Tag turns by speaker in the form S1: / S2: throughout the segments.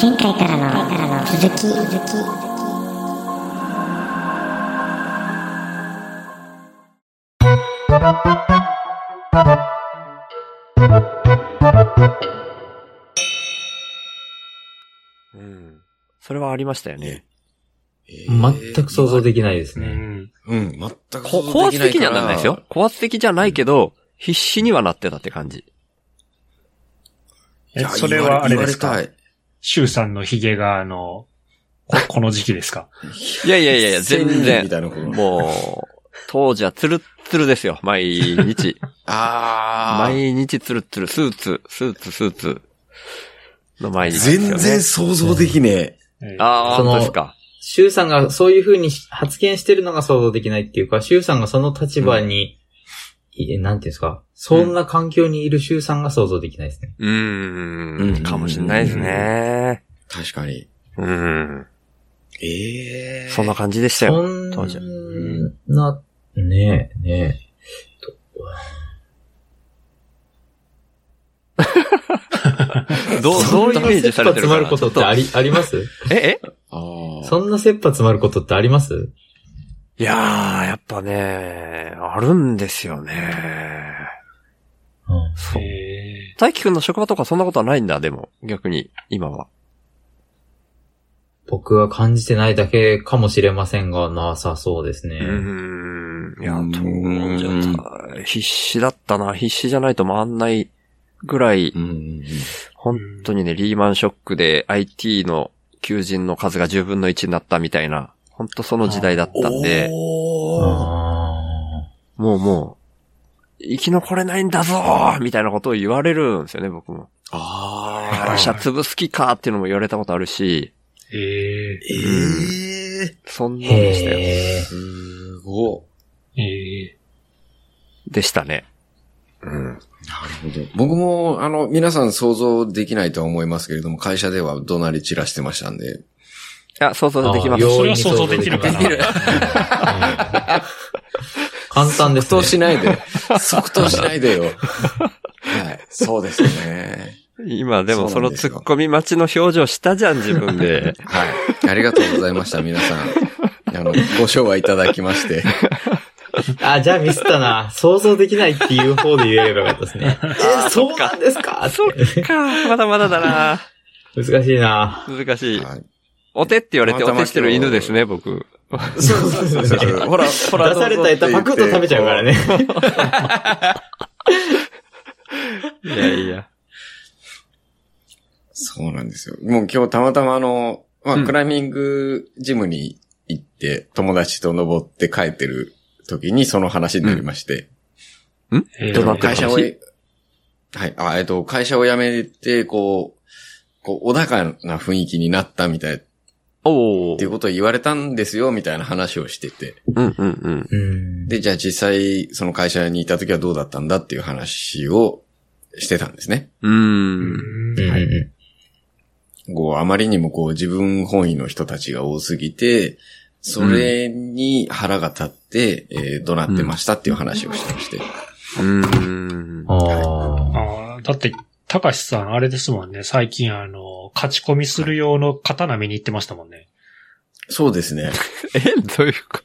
S1: 前回からの続き続き
S2: うん。それはありましたよね。
S3: 全く想像できないです
S4: う
S3: ね。
S4: ん。
S5: うん、全く
S2: こ
S5: 想像
S2: 高
S5: できないか
S2: 圧
S5: ら。
S2: 的にはなんないですよ。。高圧的じゃないけど、必死にはなってたって感じ。
S5: い
S4: え
S5: や
S4: それはあれです
S5: 言わ
S4: か
S5: れたい
S4: シュウさんのヒゲが、あの、こ この時期ですか
S2: いやいやいや いや、全
S5: み
S2: 然。
S5: たいなこと。
S2: もう、当時はツルッツルですよ。毎 日。
S5: あー。
S2: 毎日ツルッツル。スーツ、スーツ、スーツ。の毎日ですよ、ね。
S5: 全然。想像できねえ。
S4: えー
S2: ああ、
S3: その
S2: 本当ですか。
S3: シュウさんがそういう風に発言してるのが想像できないっていうか、シュウさんがその立場に、いえなんていうんですか、そんな環境にいるシュウさんが想像できないですね。
S2: うー。
S5: うんん
S2: かもしれないですね。
S5: 確かに。
S2: うん。
S5: ええ
S2: そんな感じでしたよ。
S3: そん
S2: 当時は
S3: な、ねえ、ねえ。
S2: どう、どうイメージされてる
S3: そんな切羽詰ま
S2: か
S3: る
S2: な
S3: こ
S2: ち
S3: と
S2: ょ
S3: っ
S2: ってと
S3: あり、あります
S2: え、え
S5: あー
S3: そんな切羽詰まることってあります
S2: いやー、やっぱね、あるんですよね。
S3: うん
S2: そう。
S4: え
S2: 大輝くんの職場とかそんなことはないんだ、でも、逆に、今は。
S3: 僕は感じてないだけかもしれませんが、なさそうですね。
S2: うーん。いや、
S5: うーん
S2: 当時は必死だったな。必死じゃないと回んないぐらい、
S5: うんうん
S2: 本当にね、リーマンショックで IT の求人の数が10分の1になったみたいな、本当その時代だったんで。
S5: おー
S3: あ
S2: もうもう、生き残れないんだぞーみたいなことを言われるんですよね、僕も。
S5: あ
S2: 会
S5: ー。
S2: 社潰す気かっていうのも言われたことあるし、
S4: ー、え
S5: ええ
S2: そん
S3: ー
S2: なんでしたよ。
S3: へえ。
S5: すご
S4: ー、え
S2: でしたね。
S5: い。なるほど。僕も、あの、皆さん想像できないとは思いますけれども、会社では怒鳴り散らしてましたんで。
S2: いや、想像できます。
S3: あ
S2: い
S3: ー
S4: それは想像できるかな
S3: 容易に想像できる簡単です
S5: 即答
S3: ね。
S5: しないで。 即答しないでよ。はい。そうですね。
S2: 今でもそ
S5: そうな
S2: の
S5: んです
S2: 突
S5: よ
S2: っ込み待ちの表情したじゃん、自分で。
S5: はい。ありがとうございました、皆さん。あの、ご賞はいただきまして。
S3: あ、じゃあミスったな。想像できないっていう方で言えればよかったです ね。え、そうなんですか
S2: あ、そっか、まだまだだな
S3: 難しいな。
S2: 難し い。
S5: はい
S2: お手って言われて、
S5: たま
S2: お
S5: たま
S2: 手してる犬ですね、僕。
S5: そうそうそうそう。ほら、ほら。
S3: 出された枝パクッと食べちゃうからね。
S2: いやいや。
S5: そうなんですよ。もう今日たまたまあの、ま
S2: う
S5: あ、
S2: ん
S5: クライミングジムに行って、友達と登って帰ってる時にその話になりまして。
S4: ー、えー
S2: どうなってる
S5: 会社を、
S2: 話
S5: はい、あ、えっと、会社を辞めて、こう、こう、小高な雰囲気になったみたい、っ
S2: お
S5: ていう
S2: ー。
S5: ことを言われたんですよ、みたいな話をしてて。
S2: うんうんうん。
S3: うん。
S5: で、じゃあ実際、その会社にいた時はどうだったんだっていう話をしてたんですね。
S2: う
S4: う
S2: ーん。
S4: ん
S3: うんう
S5: こう、あまりにもこう、自分本位の人たちが多すぎて、それに腹が立って、えー怒鳴ってましたっていう話をしてまして。
S2: うー
S3: ん。。
S2: ん
S3: ああ。
S4: あーだって、たかしさん、あれですもんね。最近、あの、勝ち込みする用の刀見に行ってましたもんね。
S5: そうですね。
S2: え、どういうか、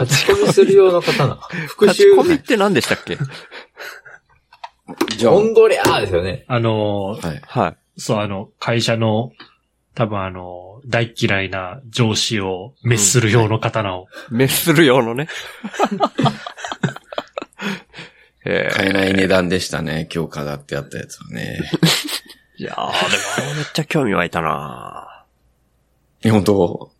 S2: 勝ち
S3: 復讐する用の刀。復
S2: 勝ち込みっ
S3: 讐、
S2: て何でしたっけ
S5: じゃあ、
S3: モンゴレアーですよね。
S4: あの、
S5: はい。
S2: はい。
S4: そう、あの、会社の、多分あの、大嫌いな上司を滅する用の刀を。
S2: 滅する用のね。 えー、
S5: 買えない値段でしたね。今日飾ってあったやつはね。
S2: いやー、でもあれめっちゃ興味湧いたな
S5: え本当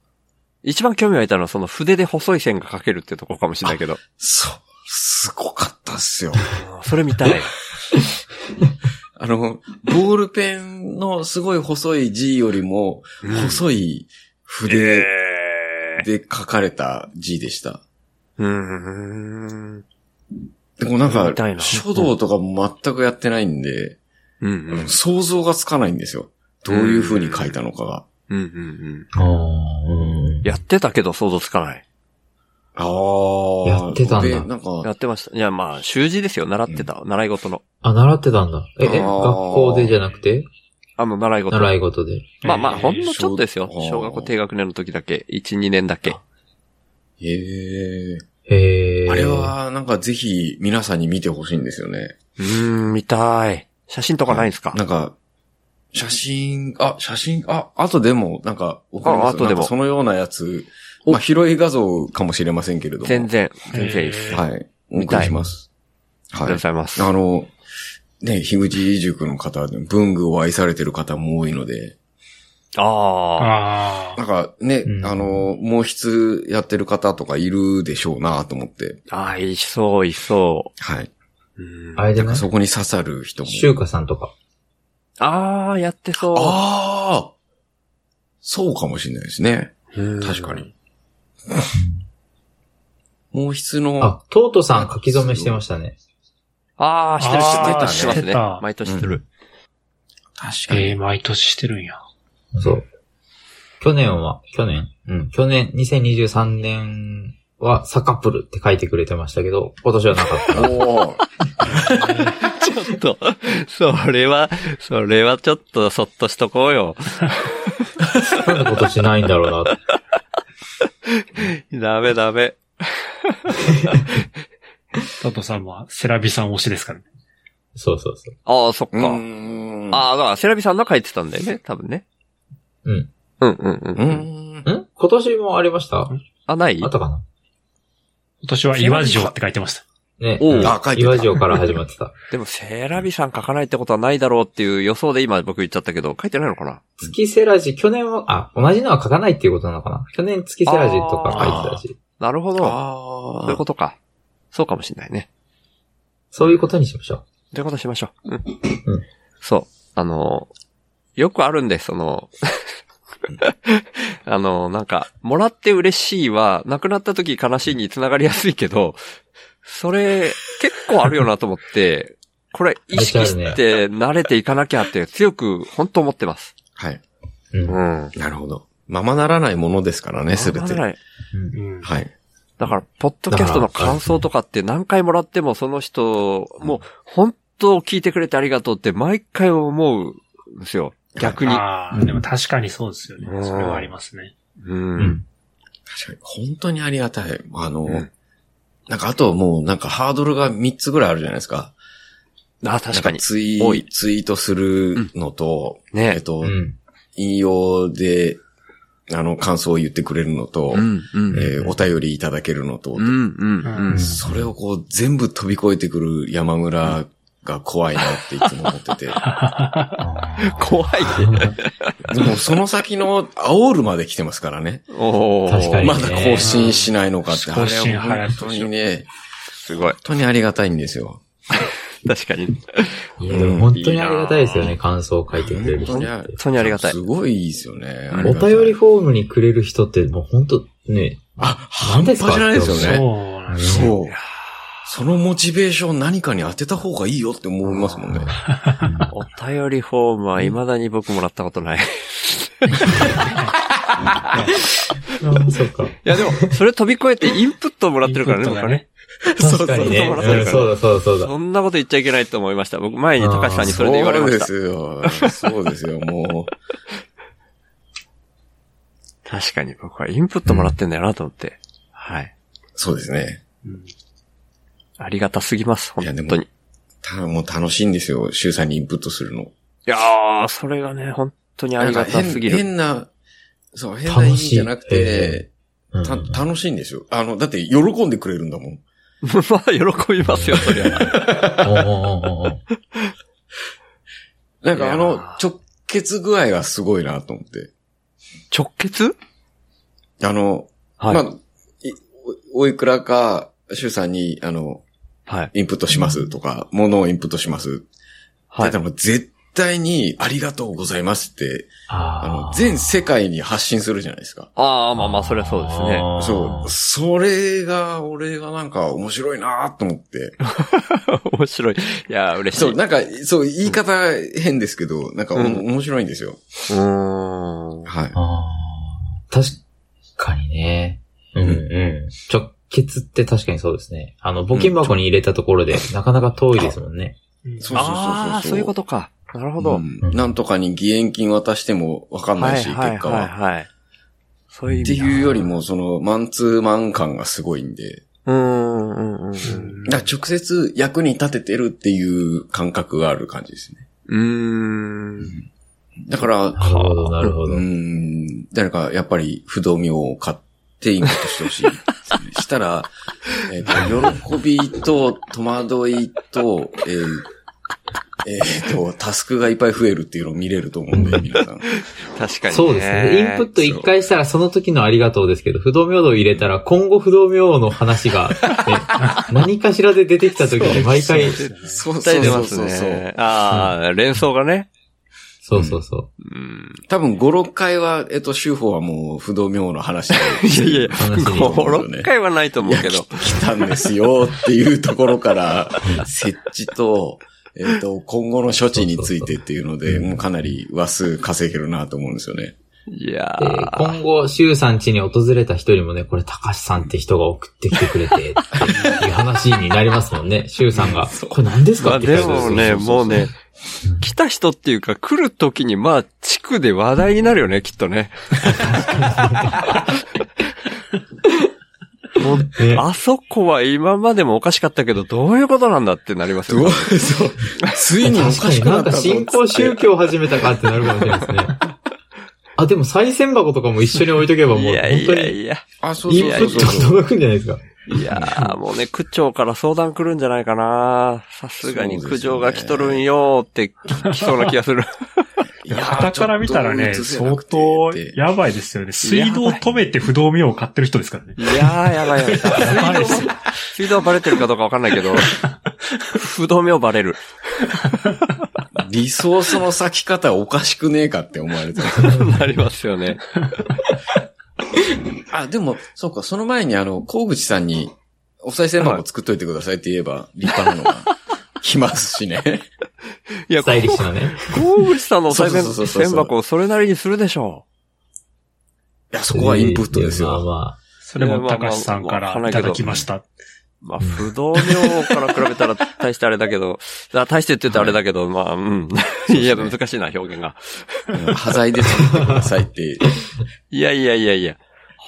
S2: 一番興味湧いたのはその筆で細い線が描けるってとこかもしれないけど。
S5: そう、すごかったっすよ。
S2: うんそれ見 たい。
S5: あの、ボールペンのすごい細い字よりも、細い筆で書かれた字でした。
S2: うーん。
S5: でもなんか
S2: 見たい、な
S5: 書道とかも全くやってないんで、
S2: うんうん。
S5: 想像がつかないんですよ。どういう風に書いたのかが。
S2: うんうんうん。
S3: ああ。うん
S2: やってたけど想像つかない。
S5: ああ。
S3: やってたんだ
S5: で、なん
S2: や
S5: か、
S2: ってました。いや、まあ、習字ですよ。習ってた。習い事の。
S3: あ、習ってたんだ。え、え、
S5: あー
S3: 学校でじゃなくて
S2: あの、習い事。
S3: 習い事で。
S2: まあまあ、ほんのちょっとですよ。
S5: 小
S2: 小学校低学年の時だけ、1、2年だけ。
S5: へえ。
S3: へー
S5: あれ、は、なんかぜひ皆さんに見てほしいんですよね。
S2: うーん、見たい。写真とかないんすか
S5: なんか、写真、あ、写真、あ、あとでも、なんか、送ります
S2: あ後
S5: な
S2: でも
S5: んかそのようなやつ、まあ、拾い画像かもしれませんけれども。
S2: 全然、
S4: えー
S2: 全然いいっす。あり
S5: はい。お
S2: 見た
S5: 送
S2: い
S5: りします。
S2: が
S5: は
S2: とう
S5: い
S2: ご。ざいます。
S5: あの、ね、樋口塾の方、文具を愛されてる方も多いので、
S2: ああ。
S4: あ
S5: なんかね、
S3: うん
S5: あの、毛筆やってる方とかいるでしょうなと思って、
S2: ああ、いそう、いそ
S5: はい。
S2: う。うん
S3: あれで
S5: なん
S3: ね
S5: か、そこに刺さる人も。
S3: 修華さんとか。
S2: ああ、やってそ
S5: ああそうかもしれないですね。
S2: ううん。
S5: 確かに。毛筆の、
S3: あ、トートさん書き初めしてましたね。
S2: ああ、してる、
S5: あー
S2: してる、してます
S4: して
S2: ね
S4: た。
S2: 毎年してる。
S4: あ。
S5: 確
S4: ええ毎年してるんや。
S3: そう。去年は、去年うん。去年、2023年はサカプルって書いてくれてましたけど、今年はなかった。
S5: おー
S2: ちょっと、それは、それはちょっとそっとしとこうよ。
S3: なんで今年ないんだろうなって。
S2: ダメダメ。
S4: トトさんはセラビさん推しですからね。
S3: そうそうそう。
S2: ああ、そっ
S5: う
S2: か。
S5: ーん。
S2: ああ、だから、セラビさんが書いてたんだよね、多分ね。
S3: うん。
S2: うんうんうん。
S5: うーん。
S3: ん今年もありました
S2: あ、ない
S3: あったかな
S4: 今年は岩城って書いてました。
S3: ね。
S2: おう
S5: あ書いてた
S3: 岩城から始まってた。
S2: でも、セラビさん書かないってことはないだろうっていう予想で今僕言っちゃったけど、書いてないのかな
S3: 月セラジ、去年は、あ、同じのは書かないっていうことなのかな去年月セラジとか書いてたし。
S2: なるほど。
S5: あ
S2: そういうことか。そうかもしんないね。
S3: そういうことにしましょ
S2: ということしましょう。う
S3: うん
S2: んそう。あの、よくあるんです、その、 あの、なんか、もらって嬉しいは、なくなった時悲しいに繋がりやすいけど、それ、結構あるよなと思って、これ、意識して慣れていかなきゃって強く、本当思ってます。
S5: はい。
S3: う。うん。
S2: ん。
S5: なるほど。ままならないものですからね、すべて。は。
S2: ないい。
S4: うん。
S2: だから、ポッドキャストの感想とかって何回もらってもその人、もう、本当聞いてくれてありがとうって毎回思うんですよ。逆に。
S4: ああ、でも確かにそうですよ
S2: う
S4: ね。
S2: ん
S4: それはありますね。
S2: うん。
S5: 確かに。本当にありがたい。あの、
S2: うん
S5: なんかあともうなんかハードルが3つぐらいあるじゃないですか。
S2: あ、確か
S5: なん
S2: に。
S5: ツイ
S2: 多い
S5: ツイートするのと、えっ
S2: ね。
S5: と、
S3: うん。
S5: 引用で、あの、感想を言ってくれるのと、
S2: うん、うん。
S5: えーお便りいただけるのと、
S2: うん、うん、う
S4: うんん。
S5: それをこう全部飛び越えてくる山村が怖いなっていつも思って て。
S2: 怖い。
S5: でもその先の煽るまで来てますからね。
S2: おー
S3: 確かに
S5: まだ更新しないのかって、
S4: うん
S5: あれ
S4: 更新
S5: は
S4: 早
S5: 本当にね、
S2: すごい。
S5: 本当にありがたいんですよ。
S2: 確かに。
S3: いや、でも本当にありがたいですよね。感想を書いてくれる人っ
S5: 本
S3: て。
S5: 当
S2: 本当にありがたい
S5: す。ごいですよね。
S2: うん
S5: あ
S3: お
S5: りがたい
S3: 便りフォームにくれる人って、もう本当ね、
S5: あ、半端じゃないですよ
S4: そう
S5: ね。
S4: なんですよ。
S5: そう。そのモチベーション何かに当てた方がいいよって思います もんね。
S2: お便りフォームは未だに僕もらったことない。い
S3: あそうか。
S2: や、でも、それ飛び越えてインプットもらってるからね、
S4: インプッ
S2: 僕
S4: トが
S2: はね。
S4: ね。
S3: 確かにね。
S2: そうそう
S3: うんそうだそうだそうだ。
S2: そんなこと言っちゃいけないと思いました。僕、前に高橋さんにそれで言われました。
S5: そうですよ。そうですよ、もう。
S2: 確かに僕はインプットもらってんだよなと思って。はい。
S5: そうですね。
S4: うん
S2: ありがたすぎます、本
S5: いやでも
S2: 当に。い
S5: たもう楽しいんですよ、週さんにインプットするの。
S2: やー、それがね、本当にあ
S5: な
S2: り
S5: んか
S2: がた
S5: 変
S2: すぎる。
S5: 変な、そう、変な意味じゃなくて、
S3: うん
S5: た、楽しいんですよ。あの、だって喜んでくれるんだもん。
S2: まあ、喜びますよ、そりゃ。
S3: おうおうおうおう
S5: なんかあ
S2: い
S5: の
S2: や、
S5: 直結具合がすごいなと思って。
S2: 直結
S5: あの、
S2: はい。
S5: まあ、いおおいくらか、周さんに、あの、
S2: はい。
S5: インプットしますとか、ものをインプットします。
S2: は
S5: だからもう絶対に、ありがとうございますって、あの、
S3: あー
S5: 全世界に発信するじゃないですか。
S2: ああ、まあまあ、それはそうですね。
S3: あー
S5: そう。それが、俺がなんか面白いなと思って。
S2: 面白い。いやー、嬉し
S5: そ
S2: い。
S5: う、なんか、そう、言い方変ですけど、なんかお、
S2: うん
S5: 面白いんですよ。
S2: うーん。
S5: はい。
S3: あー確かにね。うんうん。直結って確かにそうですね。あの、募金箱に入れたところで、なかなか遠いですもんね。
S4: うん
S5: そう
S2: ああ、そういうことか。なるほど。
S5: うんなんとかに義援金渡してもわかんないし、結果は。
S2: はい。そういう意
S5: って
S2: 味だ
S5: いうよりも、その、マンツーマン感がすごいんで。
S2: うーん、うん、うん。
S5: だから直接役に立ててるっていう感覚がある感じですね。
S2: うん。うーん。
S5: だから、
S3: なるほど、なるほど
S5: う。ん、誰かやっぱり不動明王を買ってインプットしてほしいですね、したら、 えーと、喜びと戸惑いと、えーえーと、タスクがいっぱい増えるっていうのを見れると思 うんで、皆さん。
S2: 確かにね。
S3: そうですね。インプット一回したらその時のありがとうですけど、不動明度を入れたら今後不動明王の話 が、ね、何かしらで出てきた時に毎回、そう
S5: そう
S2: 絶対出ますね。ああ、連想がね。
S3: そうそう
S2: うん。
S5: 多分5、6回は、えっと、修法はもう不動明王の話だよ
S2: いやいやいや、
S3: 話に
S2: 5、6回はないと思うけ
S5: いや
S2: ど。
S5: 来来たんですよっていうところから、 設置と、えっ、と、今後の処置についてっていうので、もうかなり話数稼げるなと思うんですよね。
S2: いや
S3: で
S2: ー
S3: 今後、周さん家に訪れた人にもね、これ、高橋さんって人が送ってきてくれて、っていう話になりますもんね。周さんが、これ何です
S2: ま
S3: か
S2: あ
S3: って聞
S2: で
S3: かれ
S2: も
S3: て
S2: ね、
S5: そうそうそうそう
S2: もうね、来た人っていうか来る時にまあ地区で話題になるよね、きっとね。もう、
S3: ね
S2: あそこは今までもおかしかったけど、どういうことなんだってなりますよ、ね。
S5: そう。ついにおか
S3: 確か
S5: し
S3: に
S5: くな
S3: なん
S5: っ
S3: か
S5: たぞ
S3: 新興宗教を始めたかってなるかもしれないですね。あ、でも、再銭箱とかも一緒に置いとけばもう、本
S2: いやい
S3: 当
S2: や
S3: に、
S2: いや。
S5: あ、そう
S3: イン
S5: そ
S3: プ
S5: うそう
S3: ット
S5: そう。
S3: 届くんじゃないですか。
S2: いやー、もうね、区長から相談来るんじゃないかなさすがに苦情が来とるんよーってき来そうな気がする。
S5: いや
S4: 旗から見たらね、
S5: ちょっと映せな
S4: 相
S5: くて
S4: 当
S5: って
S4: やばいですよね。水道止めて不動明王買ってる人ですからね
S2: い。やー、や ばいやばい。
S4: やばいですよ。
S2: 水道バレてるかどうかわかんないけど、不動明バレる。
S5: リソースの割き方おかしくねえかって思われてます。
S2: なりますよね。
S5: あ、でも、そうか、その前にあの、河口さんに、お賽銭箱作っといてくださいって言えば、立派なのが、来ます しね。
S2: いや、
S3: スタイリッシュなね。
S2: ゴーブさんのお賽
S5: そうそうそうそう
S2: 銭箱をそれなりにするでしょ
S5: いや、そこはインプットです
S3: まあ
S5: よ。
S3: まあ。
S4: それも高橋さんからいただきました。
S2: う。まあ、不動明から比べたら大してあれだけど、あ大してって言ったらあれだけど、まあ、うん。いや、難しいな、表現が。
S5: うん端材で作ってくださいって
S2: いやいやいやいや。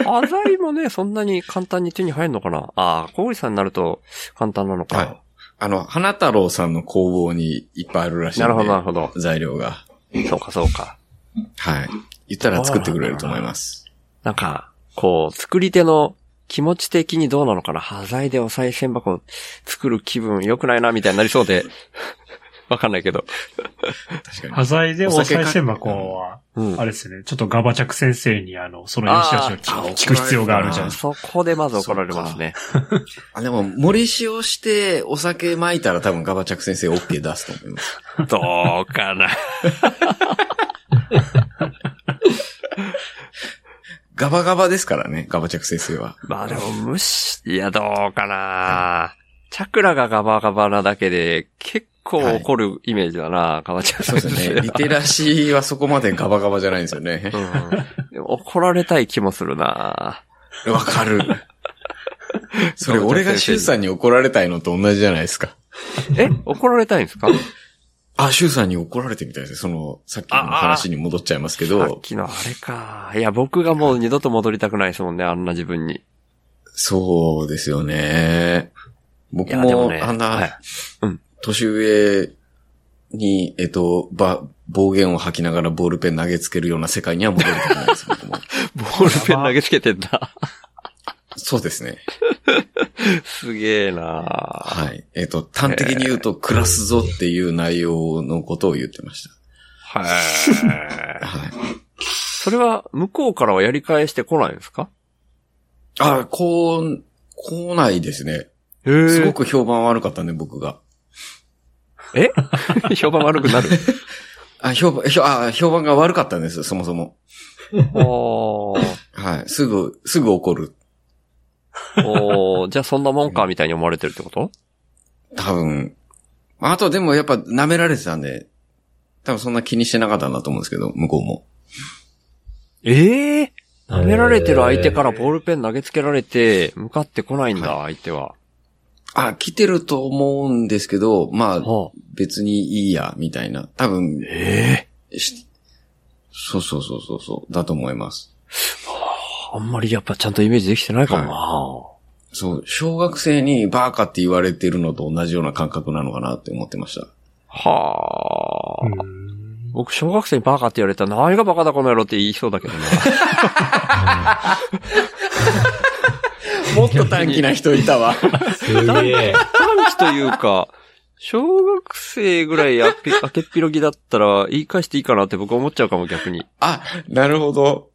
S2: 端材もね、 そんなに簡単に手に入るのかなああ、小口さんになると簡単なのか。
S5: はいあの、花太郎さんの工房にいっぱいあるらしいんで。
S2: なるほど、なるほど。
S5: 材料が。
S2: そうか、そうか。
S5: はい。言ったら作ってくれると思います。
S2: なんか、こう、作り手の気持ち的にどうなのかな端材でお賽銭箱を作る気分良くないな、みたいになりそうで。 わかんないけど。
S5: 確か
S4: 端
S5: に。
S4: 材でお
S5: お酒か
S4: 賽銭箱は、
S2: うん。
S4: あれですね、ちょっとガバチャク先生にあの、その良し悪しを
S5: あー
S4: 聞聞く必要があるじゃないですか。
S2: そこでまず怒られますね。
S5: あ、でも、森塩してお酒撒いたら多分ガバチャク先生 OK 出すと思います。
S2: どうかな。
S5: ガバガバですからね、ガバチャク先生は。
S2: まあでも、無視、いや、どうかな。チャクラがガバガバなだけで、結構怒るイメージだな、かばちゃん
S5: そう ですね。リテラシーはそこまでガバガバじゃないんですよね。
S2: うんでも怒られたい気もするな。
S5: わかる。それ、俺がシュウさんに怒られたいのと同じじゃないですか。
S2: え怒られたいんですか
S5: あ、シュウさんに怒られてみたいですね。その、さっきの話に戻っちゃいますけ
S2: さ
S5: ど
S2: っ。きのあれか。いや、僕がもう二度と戻りたくないですもんね、あんな自分に。
S5: そうですよね。僕
S2: いやで
S5: も、
S2: もね
S5: あん
S2: はい
S5: な
S2: うん、
S5: 年上に、えっと、ば、暴言を吐きながらボールペン投げつけるような世界には戻りたくないです、 僕も。
S2: ボールペン投げつけてんだ。
S5: そうですね。
S2: すげえな。
S5: はい。えっと、端的に言うと、暮らすぞっていう内容のことを言ってまし
S2: はい
S5: た。。はい。
S2: それは、向こうからはやり返してこないんですか
S5: あ、こう、こうないですね。
S2: へえ
S5: すごく評判悪かったね、僕が。
S2: え評判悪く なる。
S5: あ、評判、評あ評判が悪かったんです、そもそも。
S2: おー。
S5: はい。すぐ、すぐ怒る。
S2: おーじゃあそんなもんか、みたいに思われてるってこと
S5: 多分。あとでもやっぱ舐められてたんで、多分そんな気にしてなかったんだと思うんですけど、向こうも。
S2: ええ
S3: 舐
S2: 舐められてる相手
S3: ら。
S2: からボールペン投げつけられて、向かってこないんだ、相手は。
S5: あ、来てると思うんですけど、まあ、
S2: は
S5: 別にいいや、みたいな。多分、
S2: あ、ええ
S5: しそうそうそうそうそう、だと思います。
S2: あんまりやっぱちゃんとイメージできてないかもな、
S5: そう、小学生にバーカって言われてるのと同じような感覚なのかなって思ってました。
S2: はあ、
S4: うん
S2: 僕、小学生にバカって言われたら、何がバカだこの野郎って言いそうだけどな。
S5: もっと短気な人いたわ。
S3: すげえ。
S2: 短期というか、小学生ぐらいあっけあけっぴろぎだったら、言い返していいかなって僕は思っちゃうかも、逆に。
S5: あ、なるほど。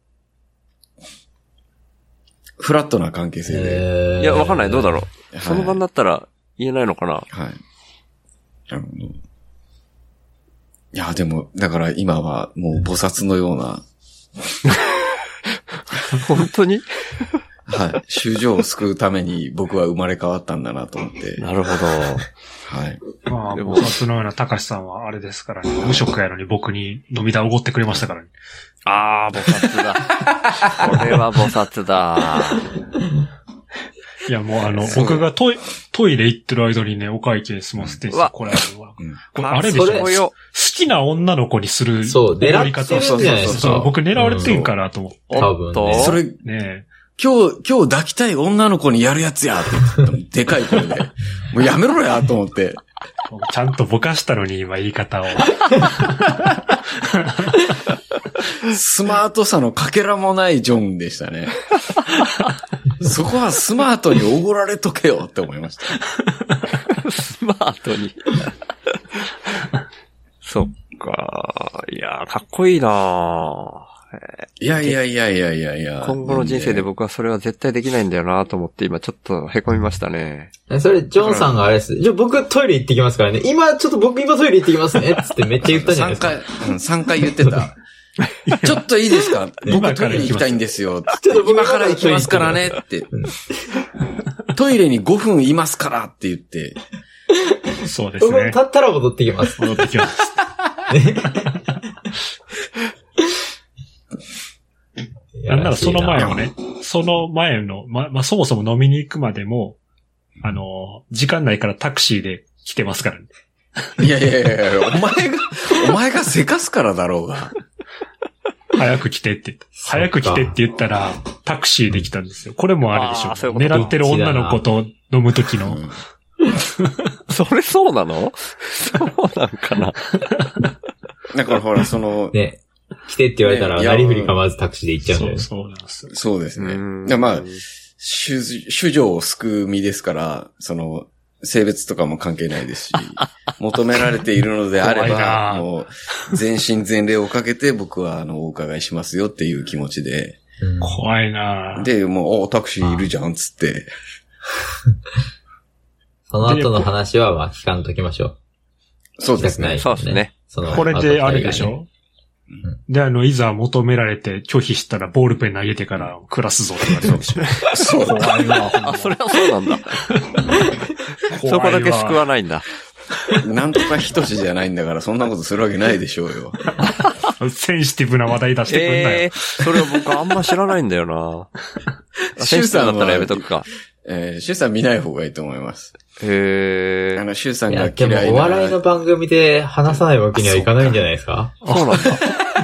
S5: フラットな関係性で。
S3: えー
S2: いや、わかんない。どうだろう。
S5: はい
S2: その場になったら、言えないのかな。
S5: はい。なるほど。いや、でも、だから今はもう菩薩のような、
S2: 本当に
S5: はい。衆生を救うために僕は生まれ変わったんだなと思って。
S2: なるほど。
S5: はい。
S4: まあ、
S2: でも
S4: 僕はそのようなたかしさんはあれですからね、無職やのに僕に飲み代おごってくれましたからね。
S2: ああ、菩薩だ。 これは菩薩だ。
S4: いや、もうあの、
S5: そう
S4: 僕がトイトイレ行ってる間にね、お会計済ませて、
S2: うわ
S4: これあれは。
S5: うん
S4: これあれでし
S2: か
S4: ょ
S2: っ
S3: そ
S2: こよ
S4: 好きな女の子にする。
S3: そう、狙
S4: やり
S3: って
S4: 方
S3: るんじゃないですか。
S4: そう、僕狙われてんかなと思って。
S3: 多分ね
S2: おっと
S5: それ、
S4: ね
S5: 今日、今日抱きたい女の子にやるやつやって言ってたでかい声で。もうやめろやと思って。
S4: ちゃんとぼかしたのに今言い方を。
S5: スマートさのかけらもないジョンでしたね。そこはスマートにおごられとけよって思いました。
S2: スマートに。 そっか。いやー、かっこいいない
S5: やいやいやいやいやいや。
S2: 今後の人生で僕はそれは絶対できないんだよなと思って、今ちょっと凹みましたね。
S3: えそれ、ジョンさんがあれです。じゃあ僕トイレ行ってきますからね。今、ちょっと僕今トイレ行ってきますね。つってめっちゃ言ったじゃない
S5: 3
S3: ですか。
S5: 回、うん、三回言って た。ちょっといいですか
S4: 今
S5: 僕
S4: か
S5: ト
S4: ら
S5: イレ行きたいんですよ。
S3: ちょっと僕
S5: 今から行きますからねって。トイレに5分いますからって言って。
S4: そうです
S3: 僕
S4: ね
S3: 立。ったら戻って きます。
S4: 戻ってきます。なんならその前もね、その前の、ま、まあ、そもそも飲みに行くまでも、あの、時間内からタクシーで来てますからね。
S5: いやいやいやいや、お前が、お前がせかすからだろうが。
S4: 早く来てって言った。
S3: っか
S4: 早く来てって言ったら、タクシーで来たんですよ。これもあれでしょ
S2: あーそういうこと
S4: 狙ってる女の子と飲む時
S5: う
S4: の。
S5: ん
S2: それそうなのそうなんかな
S5: だからほら、その、
S3: ね。来てって言われたら、
S5: ねいや
S3: なりふり構わずタクシーで行っちゃうんだ
S4: そ
S3: よ
S4: うそうなん
S3: ね。
S4: ですよ。
S5: そうです
S2: う
S5: ね。
S2: ん
S5: いやまあ、主、主女を救う身ですから、その、性別とかも関係ないですし、 求められているのであれ
S4: 怖いな
S5: ば、
S4: あ
S5: もう、全身全霊をかけて僕は、あの、お伺いしますよっていう気持ちで、
S3: うん
S4: 怖いなぁ。
S5: で、もう、お、タクシーいるじゃん、つって。
S3: その後の話は、まあ、聞かんときましょう。
S5: そうです
S3: 聞
S5: ね
S3: き。
S2: そ
S3: たくな
S2: う
S3: い
S2: ですね。
S3: その
S4: これであれでし
S3: 後
S4: ょで、あの、いざ求められて拒否したらボールペン投げてから暮らすぞって言われるでしょ。
S5: そう。
S4: 怖いわ。
S2: あ、それはそうなんだ。そこだけ救わないんだ。
S5: なんとか人志じゃないんだから、そんなことするわけないでしょうよ。
S4: ない。センシティブな話題出してくんな
S2: ええ
S4: よ。
S2: ー、それは僕あんま知らないんだよ なあ
S5: シュ
S2: セ
S5: ウ
S2: ンシティ
S5: さん
S2: ブ
S5: は
S2: だったらやめとくか。
S5: えー、シュウさん見ない方がいいと思います。
S2: へ
S5: あ
S2: え、
S5: の、シュウさん
S3: いや、
S5: が
S3: で
S5: 嫌い
S3: も
S5: な。
S3: お笑いの番組で話さないわけにはいかないんじゃないですか
S2: そうなん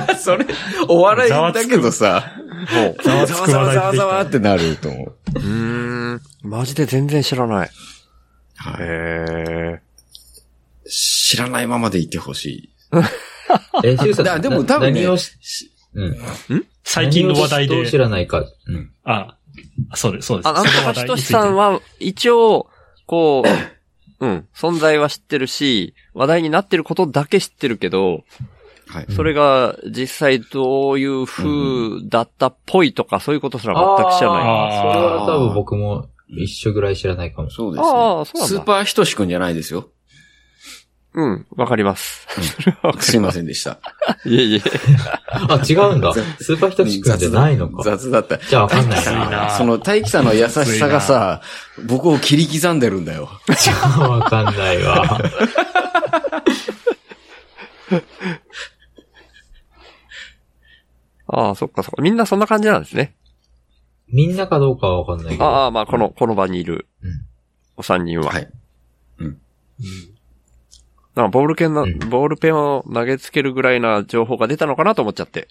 S2: だ。
S5: それ、お笑いだけどさ、
S2: もう。
S5: ざわ
S4: わ
S5: ざ
S4: つ
S5: わ
S4: く
S5: ざ
S4: 話
S5: わ
S4: 題
S5: ざわざわってなると思う。
S2: うーん。マジで全然知らない。へ
S5: は
S2: え。
S5: い。知らないままでいてほし
S3: え、シュウさん
S5: だでも多分ね
S3: 何をし
S5: い。し
S3: うん
S4: 最近の話題
S3: 何を知
S4: で。
S3: らないか。うん。
S4: あ、そうです、そうです。
S2: あ、なんとか
S4: その
S2: ひと
S4: 話題につ
S2: し
S4: いて
S2: さんは、一応、こう、 うん、存在は知ってるし、話題になってることだけ知ってるけど、
S5: はい。
S2: それが実際どういう風だったっぽいとか、そういうことすら全く知らない。
S3: あーそれは多分僕も一緒ぐらい知らないかもし
S5: そうですね。
S2: ああ、そうなん
S5: スー
S2: だ。
S5: パーひとしくんじゃないですよ。
S2: うん、わかり ます。
S5: すいませんでした。
S2: いえいえ。
S3: れない。あ、違うんだ。スーパーひとしくんじゃないのか。
S5: 雑だった。
S3: じゃあわかんない
S4: 雑 いな
S3: な。
S5: その、大輝さんの優しさがさ、僕を切り刻んでるんだよ。
S3: じゃあわかんないわ。
S2: ああ、そっかそっか。みんなそんな感じなんですね。
S3: みんなかどうかはわかんないけど。
S2: ああ、まあ、この、この場にいる。
S3: うん
S2: お三人は。
S5: はい
S2: なんかボールペンの、
S3: うん
S2: ボールペンを投げつけるぐらいな情報が出たのかなと思っちゃって。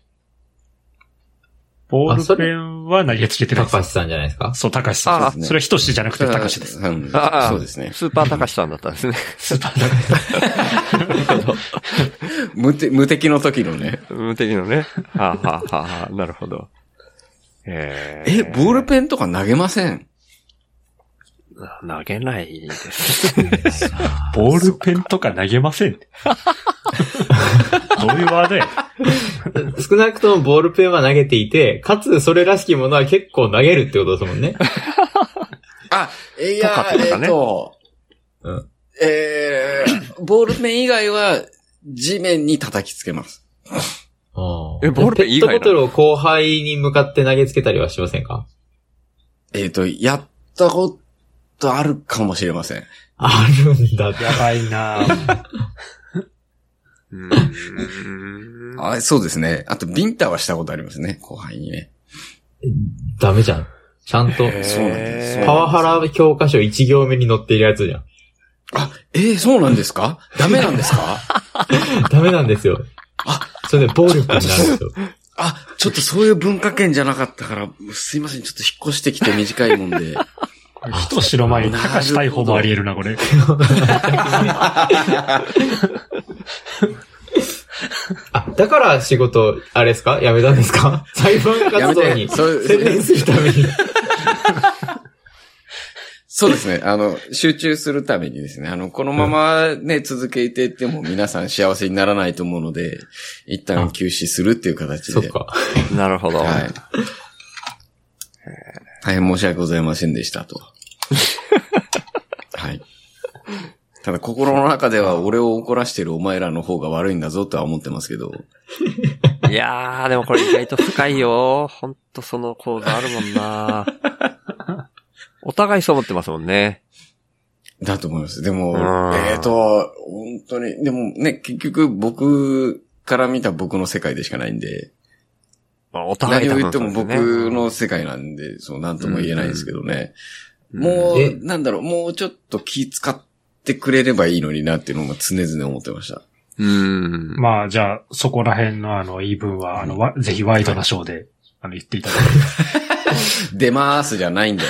S4: ボ
S3: あそ
S4: ール
S3: れ
S4: ペンは投げつけてないで
S3: 高橋
S4: す。
S3: さんじゃないです か
S4: そう、高橋さん。
S2: あ
S5: ー
S4: それは人志じゃなくて高橋です。
S5: うん
S2: ああ
S5: そうですね。
S2: スーパー高橋さんだったんですね。
S4: スーパー高橋さん。
S5: 無敵無敵の時のね。
S2: 無敵のね。はあ、はあはあはあ、なるほど。え
S5: え、ボールペンとか投げません
S2: ン投げないです。
S4: ボールペンとか投げません。どういうワードや。
S3: 少なくともボールペンは投げていて、かつそれらしきものは結構投げるってことですも んね。
S5: あ、えいや
S2: とか、と
S5: え
S2: かね
S5: っと
S3: うん、
S5: えーボールペン以外は地面に叩きつけます。
S2: えボールペン以外な
S3: ペットボトルを後輩に向かって投げつけたりはしませんか
S5: えっ、と、やったことあるかもしれません。
S3: あるんだ。
S4: やばいなぁ
S2: うーん。
S5: あそうですね。あと、ビンタはしたことありますね、後輩にね。
S3: ダメじゃん。ちゃんと、
S2: へー
S5: そうなんですよ
S3: パワハラ教科書1行目に載っているやつじゃん。
S5: えーそうなんですかダメなんですか
S3: ダメなんですよ。
S5: あ
S3: それで暴力になるんですよ。
S5: あ、ちょっとそういう文化圏じゃなかったから、すいません、ちょっと引っ越してきて短いもん で。
S4: 人志の前に高橋逮捕もあり得るな、これ。
S3: あ、だから仕事、あれですかやめたんですか裁判活動に
S5: そうい う
S3: 専念するために。
S5: そうですね。あの、集中するためにですね。あの、このままね、続けていっても皆さん幸せにならないと思うので、一旦休止するっていう形
S3: そっ
S5: で。
S3: か。
S2: なるほど。
S5: はい。大変申し訳ございませんでした と。はい。ただ心の中では俺を怒らしてるお前らの方が悪いんだぞとは思ってますけど。
S2: いやー、でもこれ意外と深いよ。ほんとその構造あるもんなお互いそう思ってますもんね。
S5: だと思います。でも、
S2: うん
S5: えー、と、本当に、でもね、結局僕から見た僕の世界でしかないんで、
S2: まあお互い
S5: 何
S2: だ
S5: を
S2: と
S5: 言
S2: 思
S5: っても
S2: ますよ
S5: 僕
S2: ね
S5: の世界なんで、そう、なんとも言えないんですけどね。も
S3: え
S5: う、なんだろう、もうちょっと気使ってくれればいいのになっていうのも常々思ってました。
S2: うん。
S4: まあ、じゃあ、そこら辺のあの、言い分は、あの、わぜひワイドなショーで、あの、言っていただいて。
S5: 出まーすじゃないんだよ。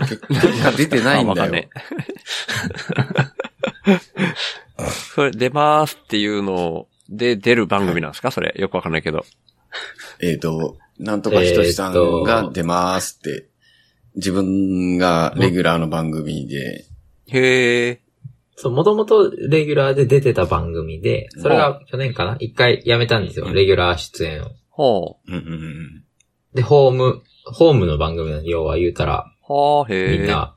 S5: 結果出てないん
S2: あ
S5: だ
S2: わか
S5: よ。
S2: ねえそれ、出ますっていうので出る番組なんですかそれ、よくわかんないけど。
S5: えっ、と、なんとかひとしさんが出まーすって、自分がレギュラーの番組で、
S2: へえ。
S3: そう、もともとレギュラーで出てた番組で、それが去年かな一回やめたんですよ。
S5: うん
S3: レギュラー出演を。
S2: ほ
S5: うんうんうん
S3: で、ホーム、ホームの番組なの要は言うたら、
S2: う。はあ、へえ。
S3: みんな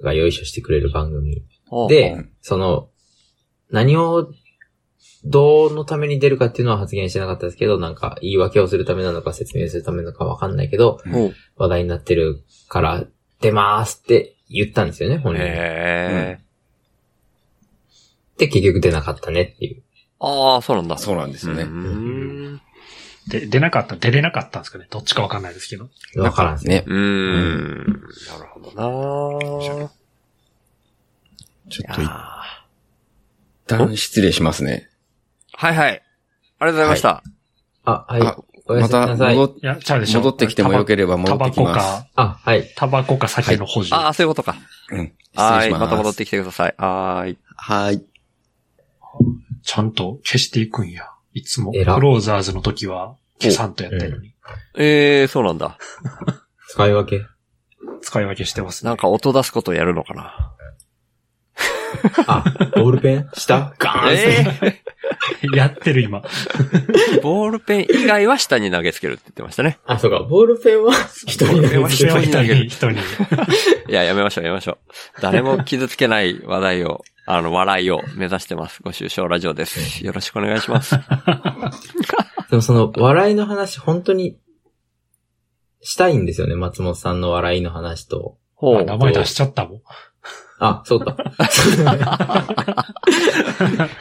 S3: がよいしょしてくれる番組。
S2: ほう。
S3: で
S5: うん、
S3: その、何を、どうのために出るかっていうのは発言してなかったですけど、なんか言い訳をするためなのか説明するためなのかわかんないけど、
S2: ほう。
S3: 話題になってるから出ますって言ったんですよね、本人に。
S2: へえ。
S3: で、結局出なかったねっていう。
S2: ああ、そうなんだ。
S5: そうなんですよね。
S2: うん。
S4: で、出なかった、出れなかったんですかね。どっちかわかんないですけど。
S3: わからんですね。
S5: ね。
S2: うーん。なるほどな
S5: ちょっ
S2: ー
S5: と
S2: い
S5: 一
S2: やー
S5: 旦失礼しますね。
S2: はいはい。ありがとうございました。
S3: あ、はい
S5: あ。
S3: おや
S5: ます
S3: み
S5: た
S3: なさい。
S5: 戻っ
S4: いや、ちゃうでしょ。
S5: 戻ってきてもよければ戻ってきます。
S3: あ、はい。
S4: タバコか、タバコか酒の補充。
S2: ああ、そういうことか。
S5: うん。失
S2: は
S5: 礼
S2: い。
S5: します。
S2: また戻ってきてください。はーい。
S5: はい。
S4: ちゃんと消していくんや。いつも。ク
S3: えら
S4: ローザーズの時は、消さんとやったのに。
S2: ええ、そうなんだ。
S3: 使い分け。
S4: 使い分けしてますね。
S2: なんか音出すことやるのかな。
S3: あ、ボールペン下ガーン
S2: え
S4: やってる今。
S2: ーボールペン以外は下に投げつけるって言ってましたね。
S3: あ、そうか、ボールペンは人に投げつけ
S2: 人
S3: る
S2: に
S4: 人に、人に。
S2: いや、やめましょう、やめましょう。誰も傷つけない話題を、あの、笑いを目指してます。ご愁傷ラジオです。よろしくお願いします。
S3: でもその、笑いの話、本当に、したいんですよね、松本さんの笑いの話と。
S2: ほ
S4: あ
S2: う。
S4: 名前出しちゃったもん。
S3: あ、そうか。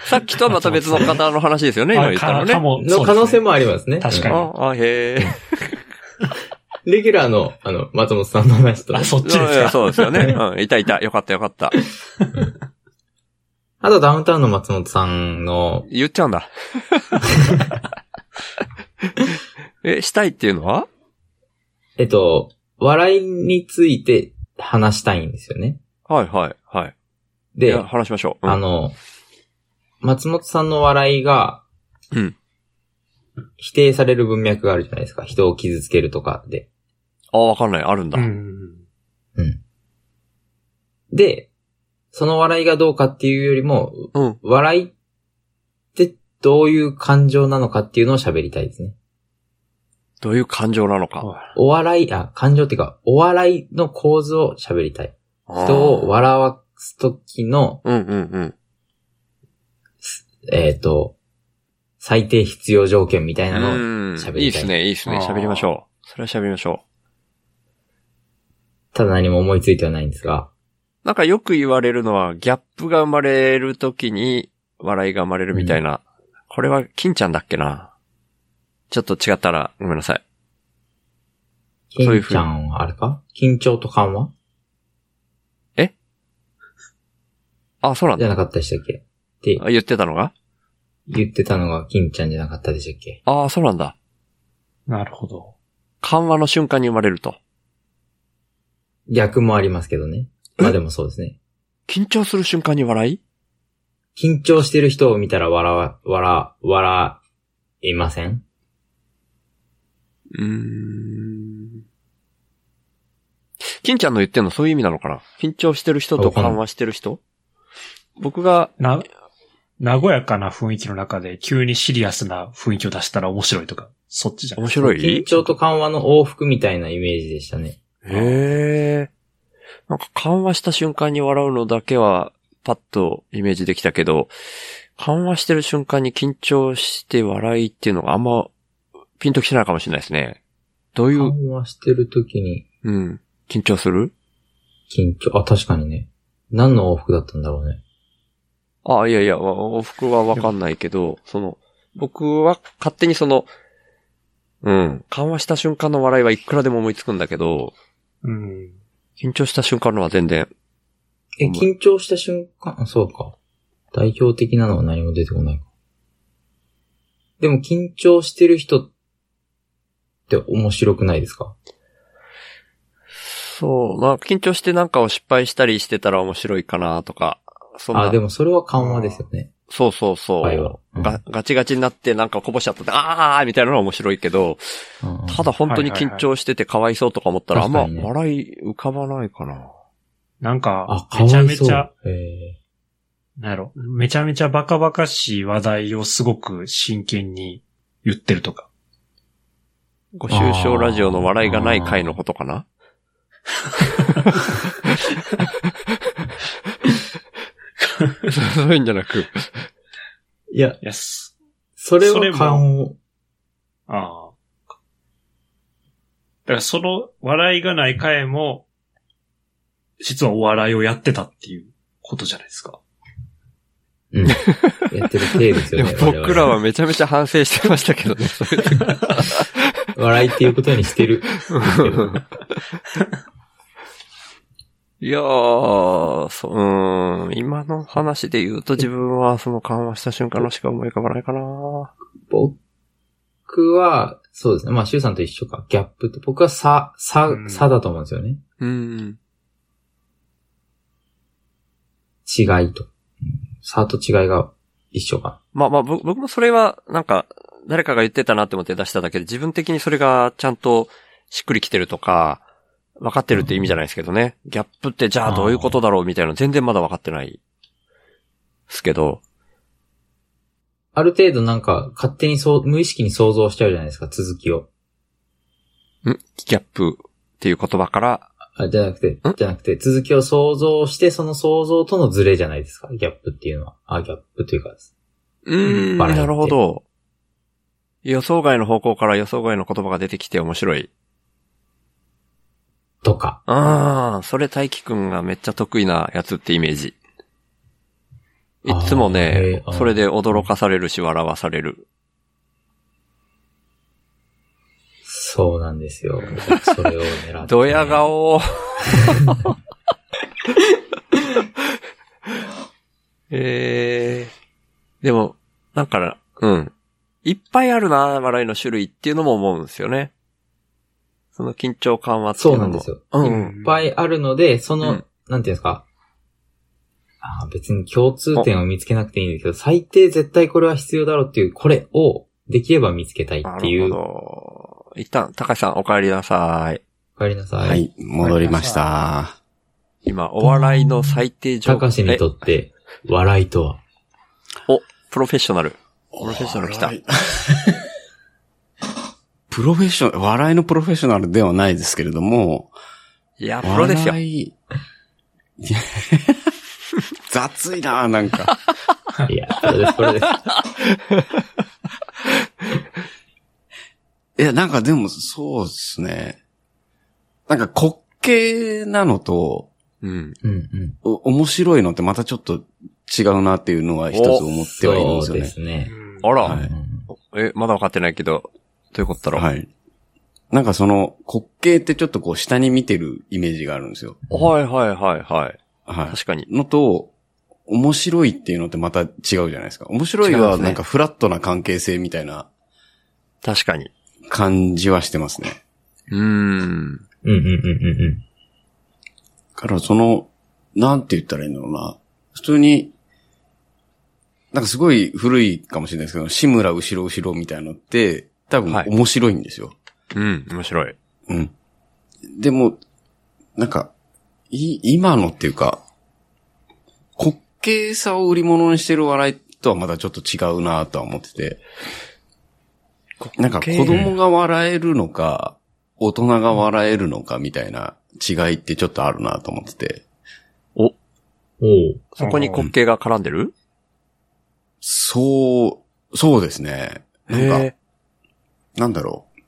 S2: さっきとはまた別の方の話ですよね、今
S4: あ
S2: 言ったの
S4: か
S2: ね。
S4: かも。
S3: の可能性もありますね。
S4: そうですね。確かに。
S2: あ、あ、へえ。
S3: レギュラーの、あの、松本さんの話と。
S4: あ、そっちで
S2: い
S4: す
S2: や
S4: か。
S2: そうですよね。うん。いたいた。よかったよかった。
S3: あとダウンタウンの松本さんの、
S2: 言っちゃうんだ。 え、したいっていうのは
S3: えっと、笑いについて話したいんですよね。
S2: はいはいはい。い
S3: で、
S2: や話しましょう。うん
S3: あの、松本さんの笑いが、
S2: うん
S3: 否定される文脈があるじゃないですか。人を傷つけるとかで。
S2: あ、わかんない。あるんだ。
S4: うん。
S3: で、その笑いがどうかっていうよりも、
S2: うん
S3: 笑いってどういう感情なのかっていうのを喋りたいですね。
S2: どういう感情なのか。
S3: お笑い、あ、感情っていうか、お笑いの構図を喋りたい。人を
S2: あー
S3: 笑わすときの、
S2: うんうんうん。
S3: えっ、と、最低必要条件みたいなのを
S2: うん
S3: 喋りたい
S2: いいですね、いいですね。
S4: あー
S2: 喋りましょう。それは喋りましょ
S3: ただ何も思いついてはないんですが。
S2: う。なんかよく言われるのは、ギャップが生まれるときに笑いが生まれるみたいな。これは、金ちゃんだっけな。ちょっと違ったら、ごめんなさい。そうい
S3: 金
S2: うふうに
S3: ちゃんはあれか緊張と緩和
S2: あ、そうなん
S3: じ
S2: だ。
S3: ゃなかったでしたっけって
S2: あ言ってたのが
S3: 言ってたのが金ちゃんじゃなかったでしたっけ
S2: ああ、そうなんだ。
S4: なるほど。
S2: 緩和の瞬間に生まれると。
S3: 逆もありますけどね。まあでもそうですね。
S2: 緊張する瞬間に笑い
S3: 緊張してる人を見たら笑わ、笑、笑いません
S2: うーん。金ちゃんの言ってんのそういう意味なのかな緊張してる人と緩和してる人僕が、
S4: な、和やかな雰囲気の中で急にシリアスな雰囲気を出したら面白いとか、そっちじゃん。
S2: 面白
S3: 緊
S2: い
S3: 張と緩和の往復みたいなイメージでしたね。
S2: へえ。なんか緩和した瞬間に笑うのだけは、パッとイメージできたけど、緩和してる瞬間に緊張して笑いっていうのがあんま、ピンときてないかもしれないですね。どういう、
S3: 緩和してる時に
S2: うん、緊張する
S3: 緊張、あ、確かにね。何の往復だったんだろうね。
S2: あ、いやいや、お服はわかんないけど、その、僕は勝手にその、うん、緩和した瞬間の笑いはいくらでも思いつくんだけど、
S4: うん。
S2: 緊張した瞬間のは全然、
S3: え、
S2: うん
S3: 緊張した瞬間、あそうか。代表的なのは何も出てこないか。でも緊張してる人って面白くないですか
S2: そう、まあ緊張してなんかを失敗したりしてたら面白いかなとか、そんな
S3: あ、でもそれは緩和ですよね。
S2: そうそうそう、
S3: 場合は。うん
S2: がガチガチになってなんかこぼしちゃったって、あーみたいなのは面白いけど、
S3: うんうん
S2: ただ本当に緊張しててかわいそうとか思ったら、あ
S3: は
S2: ん
S3: いはい
S2: ま
S3: はい
S2: 笑い浮かばないかな。
S4: なん
S3: あ
S4: か、、
S3: か
S4: めち
S3: わ
S4: ゃ
S3: い
S4: め
S3: そう。
S4: ちゃ、
S3: へえ
S4: なんやろ、めちゃめちゃバカバカしい話題をすごく真剣に言ってるとか。
S2: ご愁傷ラジオの笑いがない回のこと かなそうそういうんじゃなく。
S3: いや、
S4: いや、す
S3: それ
S4: それ
S3: は
S4: も
S3: 緩和。
S4: ああ。だからその笑いがない回も、実はお笑いをやってたっていうことじゃないですか。
S3: うん。やってる体です
S2: で
S3: よ
S2: も
S3: ね。
S2: 僕ら
S3: 我
S2: はめちゃめちゃ反省してましたけ どね。そういう時
S3: 々笑いっていうことにしてる。
S2: いやー、そううーん、今の話で言うと自分はその緩和した瞬間のしか思い浮かばないかな。
S3: 僕は、そうですね。まあ、シュウさんと一緒か。ギャップって。僕は差、差
S4: う、ん
S3: 差だと思うんですよね。
S2: うん。
S3: 違いと。うん差と違いが一緒か。
S2: まあまあ、僕僕もそれはなんか、誰かが言ってたなって思って出しただけで、自分的にそれがちゃんとしっくりきてるとか、分かってるって意味じゃないですけどね。ギャップってじゃあどういうことだろうみたいなの全然まだ分かってない。ですけど。
S3: ある程度なんか、勝手にそう、無意識に想像しちゃうじゃないですか、続きを。
S2: ギャップっていう言葉から、
S3: あじゃなくて、じゃなくて、続きを想像して、その想像とのズレじゃないですか、ギャップっていうのは。あ、ギャップというか、
S2: うーん、
S3: バラエティ
S2: なるほど。予想外の方向から予想外の言葉が出てきて面白い。
S3: とか。
S2: ああ、それ大輝くんがめっちゃ得意なやつってイメージ。いつも
S3: あー
S2: ね
S3: へーあ、ー
S2: それで驚かされるし笑わされる。
S3: そうなんですよ。それを狙って、
S2: ド ヤ。顔。えー、でも、なんか、うん。いっぱいあるな、笑いの種類っていうのも思うんですよね。その緊張緩和ってい
S3: そううな
S2: の
S3: んで
S2: も
S3: す。よ。
S2: う
S3: い
S2: ん。
S3: っぱいあるので、その、
S2: うん
S3: なんていうんですか。あー別に共通点を見つけなくていいんですけど、最低絶対これは必要だろうっていう、これをできれば見つけたい
S2: な
S3: ってい
S2: る
S3: う。
S2: ほ
S3: お
S2: ど。一旦、高橋さんお帰りなさい。
S3: かえりなさい。
S5: はい、戻りました。
S2: 今、お笑いの最低条
S3: 高橋にとって、笑いとは。
S2: えお、プロフェッショナル。プロフェッショナル来た。
S5: プロフェッショナル、笑いのプロフェッショナルではないですけれども、
S2: いや、プロですよ。
S5: 笑い。いや 雑いななんか。
S3: いや、これです、これです。
S5: いや、なんかでも、そうですね。なんか滑稽なのと、
S2: うん。
S3: うんうん。
S5: お面白いのってまたちょっと違うなっていうのは一つ思ってはいるんですよ
S3: そうで
S5: ね。
S3: すね。
S2: あら、
S5: はい
S3: うん
S2: え、まだ分かってないけど、どういうことだろう。
S5: はい。なんかその、滑稽ってちょっとこう下に見てるイメージがあるんですよ。
S2: はいはいはいはい。
S5: は
S2: 確かに。
S5: い。のと、面白いっていうのってまた違うじゃないですか。面白い
S2: 違いま
S5: は
S2: すね
S5: なんかフラットな関係性みたいな
S2: 確かに。
S5: 感じはしてますね。
S2: うーん。
S3: うんうんうんうんうん。
S5: からその、なんて言ったらいいんだろうな。普通に、なんかすごい古いかもしれないですけど、志村後ろ後ろみたいなのって、多分
S2: はい
S5: 面白いんですよ。
S2: うん、面白い。
S5: うん。でも、なんか、い、今のっていうか、滑稽さを売り物にしてる笑いとはまたちょっと違うなとは思ってて。なんか子供が笑えるのか、大人が笑えるのかみたいな違いってちょっとあるなと思ってて。
S3: おう
S2: そこに滑稽が絡んでる
S5: そう、そうですね。なんか、
S2: へ
S5: なんだろう。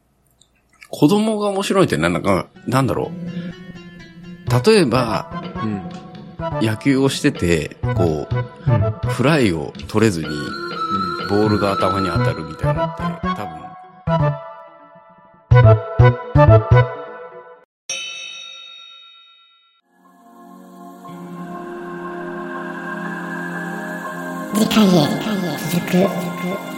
S5: 子供が面白いってなんか、なんだろう。例えば、
S2: えうん。
S5: 野球をしてて、こう、フライを取れずに、ボールが頭に当たるみたいなのって、多分。
S1: 次回へ続く。